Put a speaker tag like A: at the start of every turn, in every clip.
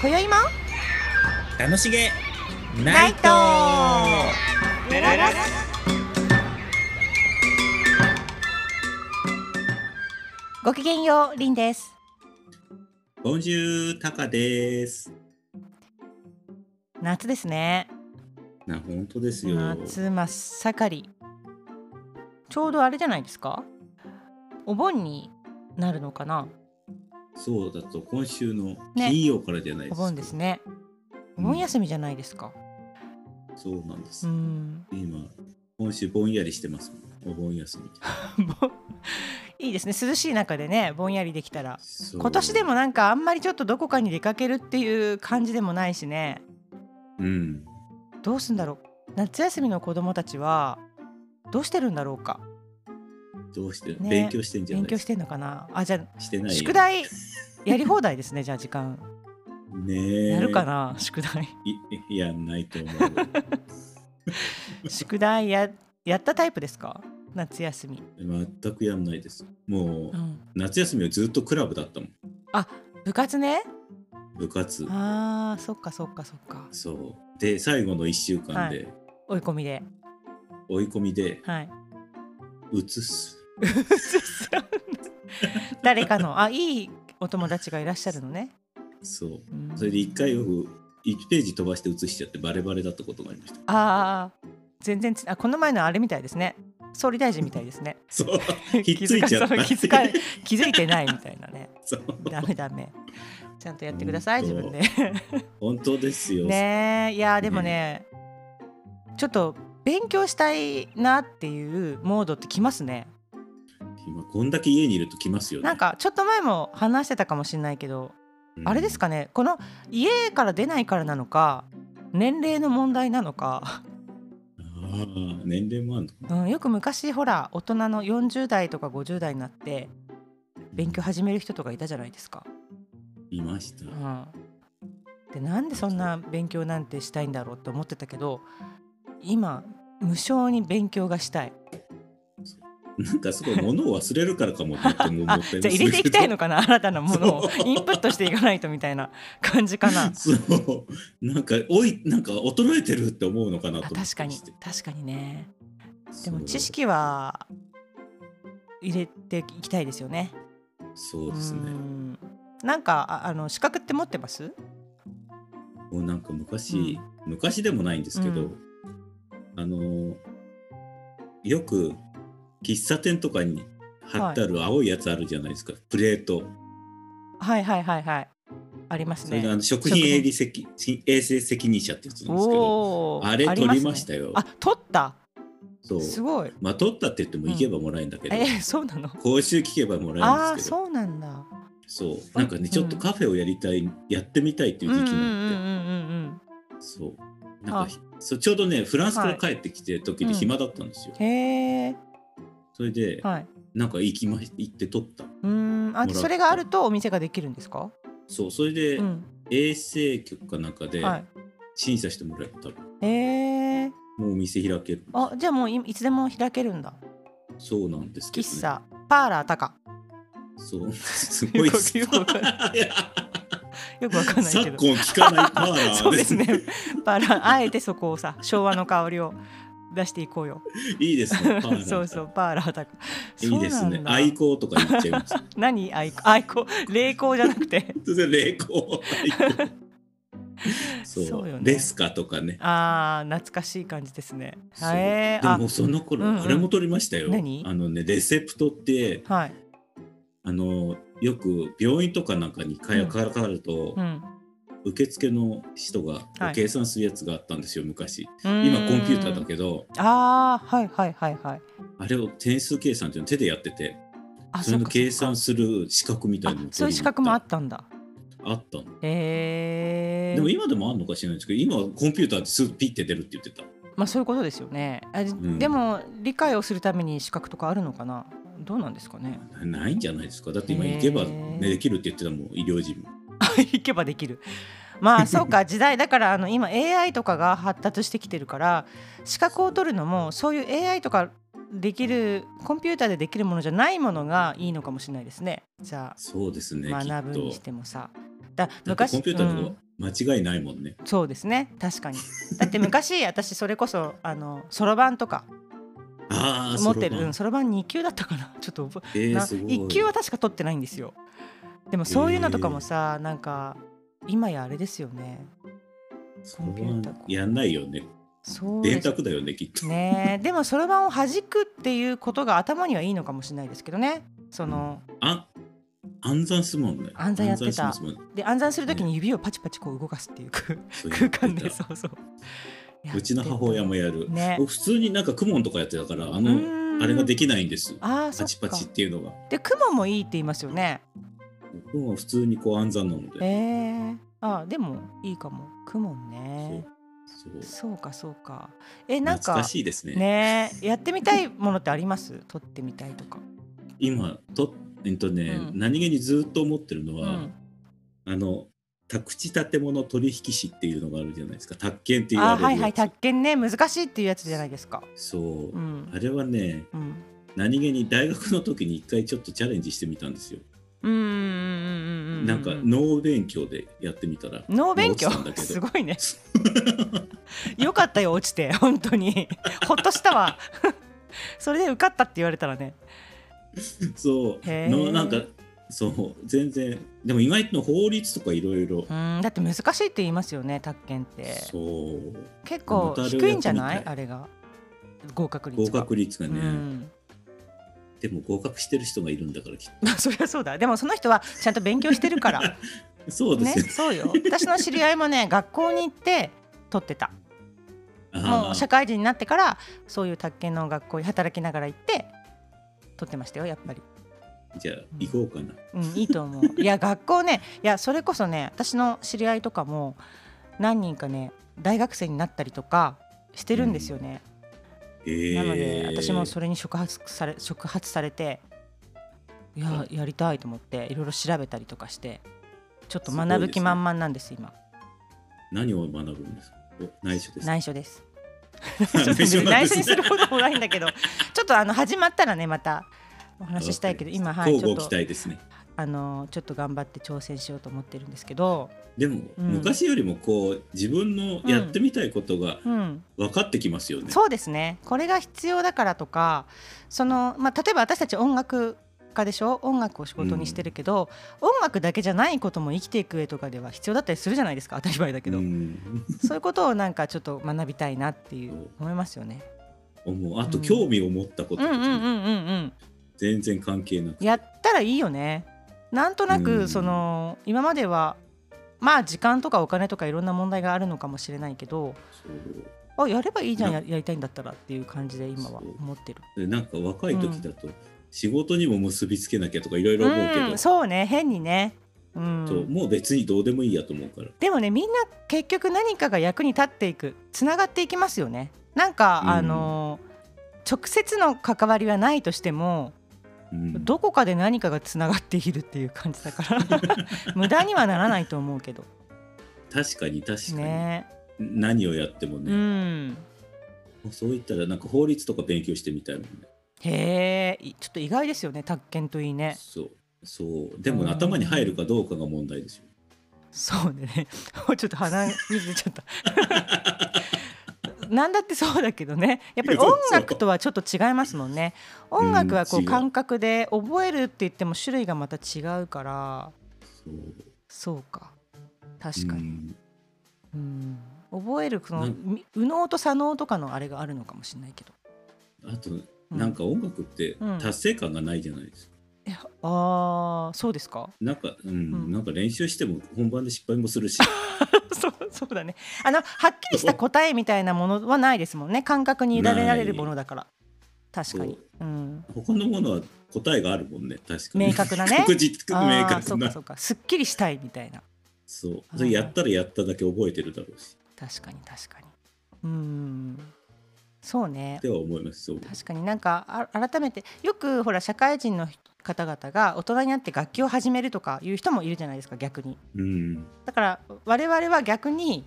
A: 今宵も
B: 楽しげ
A: ナ
B: ナ
A: イ
B: イ
A: ト
B: ト
A: ごきげんようりんです
B: ボンジュータカです
A: 夏ですね
B: な本当ですよ
A: 夏真っ盛りちょうどあれじゃないですかお盆になるのかな
B: そうだと今週の
A: ね
B: 金曜からじゃないで
A: お
B: すか、
A: 盆ですねお
B: うん
A: 盆休みじゃないですか
B: そうなんです、
A: うん
B: 今今週ぼんやりしてますもんお盆休み
A: ぼいいですね涼しい中でねぼんやりできたら
B: そう
A: 今年でもなんかあんまりちょっとどこかに出かけるっていう感じでもないしね
B: うん
A: どうすんだろう夏休みの子供たちはどうしてるんだろうか
B: どうして、
A: ね
B: 勉強してんじゃな
A: 勉
B: いで
A: 強
B: す
A: し
B: か
A: てんのかなあじゃ
B: してな
A: あ
B: いよ
A: 宿 題やり放題ですねじゃあ時間
B: ねえ
A: やるかな宿題
B: いいやんないと思う
A: 宿題ややったタイプですか夏休み、
B: 全くやんないですもう
A: うん、
B: 夏休みはずっとクラブだったもん
A: 部活ね
B: 部活
A: あーそっかそっかそっか
B: そうで最後の1週間で
A: 追い込みで
B: 追い込みで
A: はい
B: 移す、
A: 誰かのあいいお友達がいらっしゃるのね、
B: そう
A: うん
B: それで1回よく1ページ飛ばして移しちゃってバレバレだったことがありました
A: ああ全然つあこの前のあれみたいですね総理大臣みたいです ね
B: そうひ
A: 気
B: っついちゃった
A: づか気づか 気づいてないみたいな ね
B: そう
A: ダメダメちゃんとやってください自
B: 本
A: 分
B: 当
A: で
B: 本当ですよ、
A: ねえいやーでもねちょっと勉強したいなっていうモードってきますね
B: 今こんだけ家にいると来ますよね
A: なんかちょっと前も話してたかもしれないけど
B: うん
A: あれですかねこの家から出ないからなのか年齢の問題なのか、
B: ああ年齢もあるのか
A: うん、よく昔ほら大人の40代とか50代になって勉強始める人とかいたじゃないですか。
B: いました、
A: うん、でなんでそんな勉強なんてしたいんだろうって思ってたけど今無償に勉強がしたい
B: なんかすごい物を忘れるからかもって思っても う
A: あ
B: もっ
A: じゃ
B: たいな
A: あ入れていきたいのかな新たなものを
B: そう。
A: インプットしていかないとみたいな感じかな
B: そうなんかおいなんか衰えてるって思うのかな
A: あ
B: と思って
A: 確かに
B: して
A: 確かにねで
B: そう
A: も知識は入れていきたいですよね。
B: そうですね
A: うんなんかああの資格って持ってます？
B: もうなんか昔、昔でもないんですけど、
A: うん
B: あのーよく喫茶店とかに貼ってある青いやつあるじゃないですか、プレート
A: はいはいはいはいあります
B: それがあ
A: ね。
B: の食品営利責衛生責任者ってやつなんですけど
A: おおー
B: あれ取
A: すね
B: りましたよ
A: あ取った
B: そう
A: すごい。
B: まあ取ったって言っても行けばもらえるんだけど、
A: えーそうなの？
B: 講習聞けばもらえ
A: あ
B: るん
A: あ
B: ですけど
A: そうなんだ。
B: そうなんか
A: うん
B: ねちょっとカフェをやりたい、やってみたいっていう
A: うんうん
B: 時
A: うん
B: 期
A: う
B: があって、
A: ん
B: そうなんかひそうちょうどねフランスから帰ってきてる時
A: はい
B: に
A: うん
B: 暇だったんですよ、
A: うん。へえ
B: それで、
A: はい。
B: なんか行きま行って撮った。
A: うーんあ
B: もらった
A: それがあるとお店ができるんですか？
B: そう、それで、
A: うん
B: 衛生局かなんかで
A: はい。
B: 審査してもらえたら、
A: へえ
B: もうお店開ける。
A: あじゃあもういいつでも開けるんだ。
B: そうなんですけど、ね。
A: 喫茶パーラータカ
B: そう、すごいっす。い
A: よ くわかん
B: や
A: よくわかんないけ
B: 昨
A: ど。
B: 今聞かないパー ラ
A: そう
B: ー
A: で
B: ですす
A: ね
B: ね。。
A: パーラーあえてそこをさ昭和の香りを出していこうよ。
B: いいですね。パーラ ー
A: そうそうパーラータカ。
B: いいです
A: そうな
B: ね
A: ん。だ
B: 愛好とか言っちゃ います。
A: 何愛好愛好霊光じゃなくて
B: それ霊光。愛好そう
A: そうよね
B: レスカとかね。
A: あー懐かしい感じですね。
B: そう
A: へえ
B: で
A: あ
B: もその頃、
A: うんうん
B: あれも撮りましたよ。
A: 何
B: あのねレセプトって。
A: はい。
B: あのよく病院とかなんかにか
A: うん
B: やかかると、
A: うん。
B: 受付の人が
A: はい
B: 計算するやつがあったんですよ、昔
A: 今
B: 今コンピューターだけど
A: ああはいはいはいはい
B: あれを点数計算っていうの手でやってて
A: あ
B: それの計
A: っ
B: 算
A: か
B: する資格みたいな
A: そっ
B: の
A: かあそういう資格もあったんだ
B: あったの、
A: へえ
B: でも今でもあるのか知らないですけど今はコンピューターってすぐピッて出るって言ってた
A: まあそういうことですよねあで,、
B: ん
A: も理解をするために資格とかあるのかなどうなんですかね
B: なないんじゃないですかだって今行けば、ね、
A: へー
B: できるって言ってたもん医療事務
A: 行けばできるまあそうか時代だからあの今 AI とかが発達してきてるから資格を取るのもそういう AI とかできるコンピューターでできるものじゃないものがいいのかもしれないですねじゃあ
B: そうですねきっ
A: 学ぶに
B: と
A: してもさだ
B: だって
A: 昔
B: コンピューター
A: う
B: の
A: ん
B: 方が間違いないもんね。
A: そうですね確かにだって昔 私それこそあのそろばんとか
B: ああ、
A: 持ってる
B: そろば
A: うん
B: ん
A: そろばん2級だったかな ちょっと覚え
B: えー、
A: な
B: すごい。
A: 1級は確か取ってないんですよでもそういうのとかもさ、なんか今やあれですよね
B: そ
A: コン
B: ろ
A: ピュ
B: ば
A: ー
B: ん
A: ター
B: やんないよね。
A: そう
B: 電
A: です
B: 卓だよね、きっと。
A: ねえでもそろばんを弾くっていうことが頭にはいいのかもしれないですけどねその
B: あ暗算すもんね。
A: 暗算やってた
B: 暗算しますもん
A: で暗算するときに指をパチパチこう動かすっていう空
B: そういうの
A: 空
B: やってた
A: 間でそうそうやってた
B: うちの母親もやる。
A: ね
B: 僕普通になんかクモンとかやってたから、あ
A: う
B: の、
A: ーん
B: あれができないんです。
A: あーそ
B: パ
A: っ
B: チ
A: か
B: パチっていうのが。
A: で雲もいいって言いますよね
B: 僕は普通にこう暗算なの
A: え
B: で。
A: えあーでもいいかも雲ね
B: そう。そう
A: そうかそうかえなん
B: 懐
A: か
B: かしいですね。
A: ねえやってみたいものってあります撮ってみたいとか
B: 今、と、えっとね、
A: うん
B: 何気にずっと思ってるの
A: う
B: は、
A: ん
B: あの、宅地建物取引士っていうのがあるじゃないですか。宅建って言
A: あ
B: わ
A: ー
B: れるや
A: は
B: つ。
A: いはい宅建ね難しいっていうやつじゃないですか
B: そう、
A: うん
B: あれはね、
A: うん
B: 何気に大学の時に一回ちょっとチャレンジしてみたんですよ。
A: うんうんうんうんうんう
B: なんか脳勉強でやってみたら。
A: 脳勉強
B: まあ落ちたんだけど
A: すごいねよかったよ落ちて本当にほっとしたわそれで受かったって言われたらね
B: そう
A: へー
B: のなんかそう全然でも意外と法律とかいろいろ
A: うんだって難しいって言いますよね宅建って
B: そう
A: 結構
B: またあれを
A: 低いんじゃな
B: やっ
A: い
B: てみたい
A: あれが合格率
B: 合
A: が
B: 格率がね、
A: うん
B: でも合格してる人がいるんだからきっ
A: まあそりゃそうだでもその人はちゃんと勉強してるから
B: と そうで
A: ね
B: すよ、
A: そうよ私の知り合いもね学校に行って取ってたも
B: あ
A: う
B: ー
A: 社会人になってからそういう宅建の学校に働きながら行って取ってましたよやっぱり。
B: じゃあ行こうかな、
A: うん、いいと思 う。いや、学校ね、いや、それこそね、私の知り合いとかも。何人かね、大学生になったりとか、してるんですよね。
B: えー、
A: なので、私もそれに触発され、触発されて。いや、やりたいと思って、いろいろ調べたりとかして。ちょっと学ぶ気満々なんです、今。
B: 何を学ぶんですかお内緒です
A: 内緒 です。
B: 緒ですね
A: 内緒にするほどもないんだけど、ちょっとあの始まったらね、また。お話ししたいけど、今、はい、ちょ
B: 交互
A: っと、
B: 期待ですね
A: あの、ちょっと頑張って挑戦しようと思ってるんですけど。
B: でも、
A: うん
B: 昔よりもこう自分のやってみたいことが
A: うん。
B: 分かってきますよね、
A: そうですねこれが必要だからとかその、まあ、例えば私たち音楽家でしょ音楽を仕事にしてるけど、音楽だけじゃないことも生きていく上とかでは必要だったりするじゃないですか当たり前だけど、
B: うん
A: そういうことをなんかちょっと学びたいなっていう思いますよね。
B: 思うあと
A: うん
B: 興味を持ったこ
A: う
B: と
A: ん
B: と
A: う
B: か
A: ん
B: ね、
A: うんうんうん
B: 全然関係なく
A: やったらいいよね。なんとな
B: う
A: く
B: ん
A: その今まではまあ時間とかお金とかいろんな問題があるのかもしれないけど
B: そう
A: あやればいいじゃんややりたいんだったらっていう感じで今は思ってる。
B: でなんか若い時だと仕事にも結びつけなきゃとかいろいろ思うけど、
A: ん、そうね変にね、うん、
B: そうもう別にどうでもいいやと思うから
A: でもねみんな結局何かが役に立っていくつながっていきますよねなんか、
B: うん
A: あの直接の関わりはないとしても、
B: うん
A: どこかで何かがつながっているっていう感じだから 無駄にはならないと思うけど
B: 確かに確かに、
A: ね
B: 何をやっても
A: う
B: ね、
A: ん
B: そう言ったらなんか法律とか勉強してみたいもんね
A: へえちょっと意外ですよね宅建といいね
B: そうそうでも、
A: うん
B: 頭に入るかどうかが問題ですよ
A: そうね ちょっと鼻水出ちゃった なんだってそうだけどねやっぱり
B: そう
A: 音
B: そう
A: 楽とはちょっと違いますもんね音楽はこ
B: うん
A: う
B: 違う
A: 感覚で覚えるって言っても種類がまた違うから
B: そう
A: そうか確か
B: う
A: に、
B: ん
A: うん、覚えるその
B: なん
A: み右脳と左脳とかのあれがあるのかもしれないけど、
B: あと
A: う
B: なんか音楽って
A: うん
B: 達成感がないじゃないですか、
A: えあーそうですか
B: なんか、うん
A: うん
B: なんか練習しても本番で失敗もするし
A: そうそうだねあのはっきりした答えみたいなものはないですもんね感覚に委ねられるものだから確かにうん
B: 他のものは答えがあるもんね確かに
A: 明確なね
B: 確実明
A: ああーそ
B: 確
A: う
B: な
A: かそうかすっきりしたいみたいな
B: そう
A: あー
B: それやったらやっただけ覚えてるだろうし
A: 確かに確かにうーんそうね
B: っては思いますそう
A: 確かになんかあ改めてよくほら社会人の方々が大人になって楽器を始めるとかいう人もいるじゃないですか逆に
B: うん
A: だから我々は逆に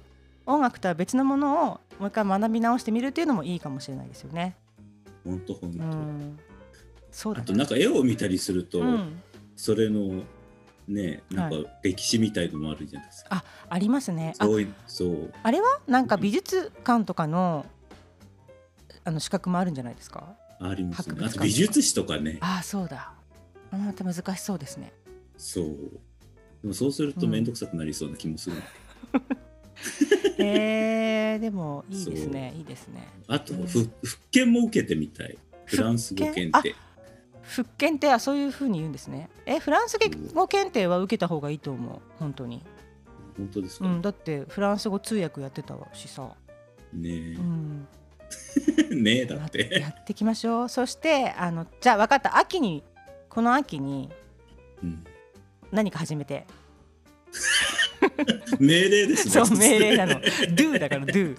A: 音楽とは別のものをもう一回学び直してみるっていうのもいいかもしれないですよね
B: ほんとほん
A: う
B: と
A: んそうだ
B: あ
A: ね
B: となんか絵を見たりすると、
A: うん
B: それのねなんか歴史みたいのもあるじゃないですか、
A: ありますねあ
B: そういそう
A: あれはなんか美術館とかのあの資格もあるんじゃないですか
B: あります
A: 博
B: ね
A: 物
B: あ
A: 館
B: と美術史とかね
A: ああそうだあまた難しそうです ね
B: そうでもそうすると
A: うん
B: 面倒くさくなりそうな気もする、
A: えー、でもいいですねいいですね
B: あと
A: うん
B: ふ復権も受けてみたいフランス語検定
A: 復権ってあそういうふうに言うんですねえフランス語検定は受けた方がいいと思う本当に
B: 本当です
A: う
B: か、
A: んだってフランス語通訳やってたしさ
B: ね
A: うん
B: え ねえだ
A: や
B: っ
A: って
B: て、
A: やっていきましょうそしてあのじゃあ分かった秋にこの秋に
B: うん、
A: 何か始めて
B: 命令ですね
A: そう命令な
B: ね
A: の do だから do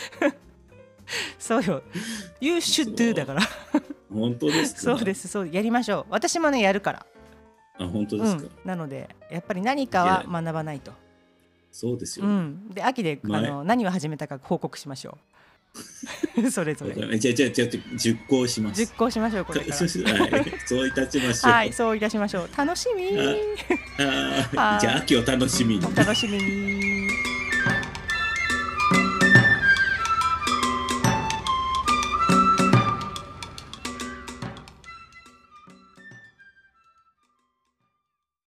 A: そうよ you should do だから
B: 本当ですか
A: そうですそうやりましょう私もねやるから
B: あ本当ですか、
A: うん、なのでやっぱり何かはい学ばないと
B: そうですよ、
A: う
B: ね
A: んで秋であ
B: 前
A: の何を始めたか報告しましょう それぞれ
B: じゃあじゃあじゃあ熟考します
A: 実行しましょうこれか
B: そうしはい、 そういたしましょ
A: ら
B: う。
A: はいそういたしましょう楽しみ
B: はい
A: ー
B: あー
A: はい
B: じゃあ秋を楽しみに。
A: お楽しみに